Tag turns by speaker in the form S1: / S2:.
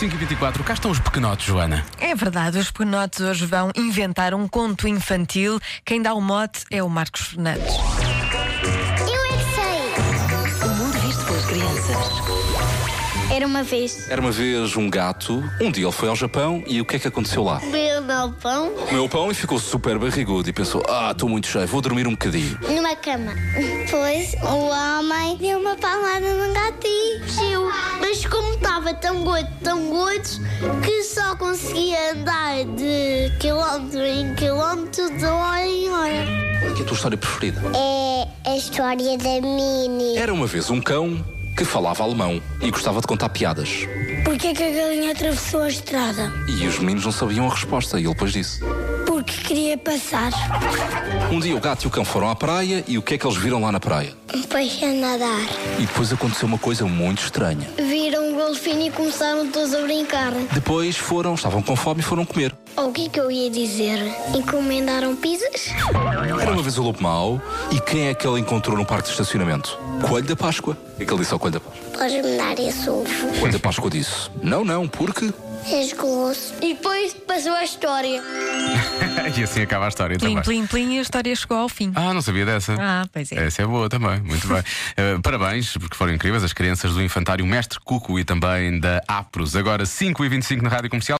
S1: 5h24, cá estão os pequenotes, Joana.
S2: É verdade, os penotes hoje vão inventar um conto infantil. Quem dá o mote é o Marcos Fernandes.
S3: Eu é que sei!
S4: O mundo visto pelas crianças.
S3: Era uma vez.
S5: Era uma vez um gato, um dia ele foi ao Japão e o que é que aconteceu lá?
S3: Comeu meu pão
S5: Comeu o pão e ficou super barrigudo e pensou: Ah, estou muito cheio, vou dormir um bocadinho.
S3: numa cama. Depois o homem deu uma palmada no gato e fugiu. Mas como estava tão gordo, tão gordo, que só conseguia andar de quilómetro em quilómetro, de hora em hora.
S5: Qual é que é a tua história preferida?
S3: É a história da Mini.
S5: Era uma vez um cão que falava alemão e gostava de contar piadas.
S3: Porquê que a galinha atravessou a estrada?
S5: E os meninos não sabiam a resposta e ele depois disse:
S3: Porque queria passar.
S5: Um dia o gato e o cão foram à praia e o que é que eles viram lá na praia?
S3: Um peixe a nadar.
S5: E depois aconteceu uma coisa muito estranha.
S3: Viram um golfinho e começaram todos a brincar.
S5: Depois foram, estavam com fome e foram comer.
S3: O que é que eu ia dizer? Encomendaram pizzas?
S5: Era uma vez o lobo mau e quem é que ele encontrou no parque de estacionamento? Coelho da Páscoa. O que é que ele disse ao Coelho da Páscoa?
S3: Podes me dar esse ovo?
S5: Coelho da Páscoa disse: Não, não, porque
S3: És guloso. E depois passou a história.
S1: e assim acaba a história
S2: Plim,
S1: também.
S2: plim, plim e a história chegou ao fim.
S1: Ah, não sabia dessa.
S2: Ah, pois é.
S1: Essa é boa também, muito bem. Eh, parabéns, porque foram incríveis as crianças do Infantário Mestre Cuco e também da APROS. Agora 5h25 na Rádio Comercial.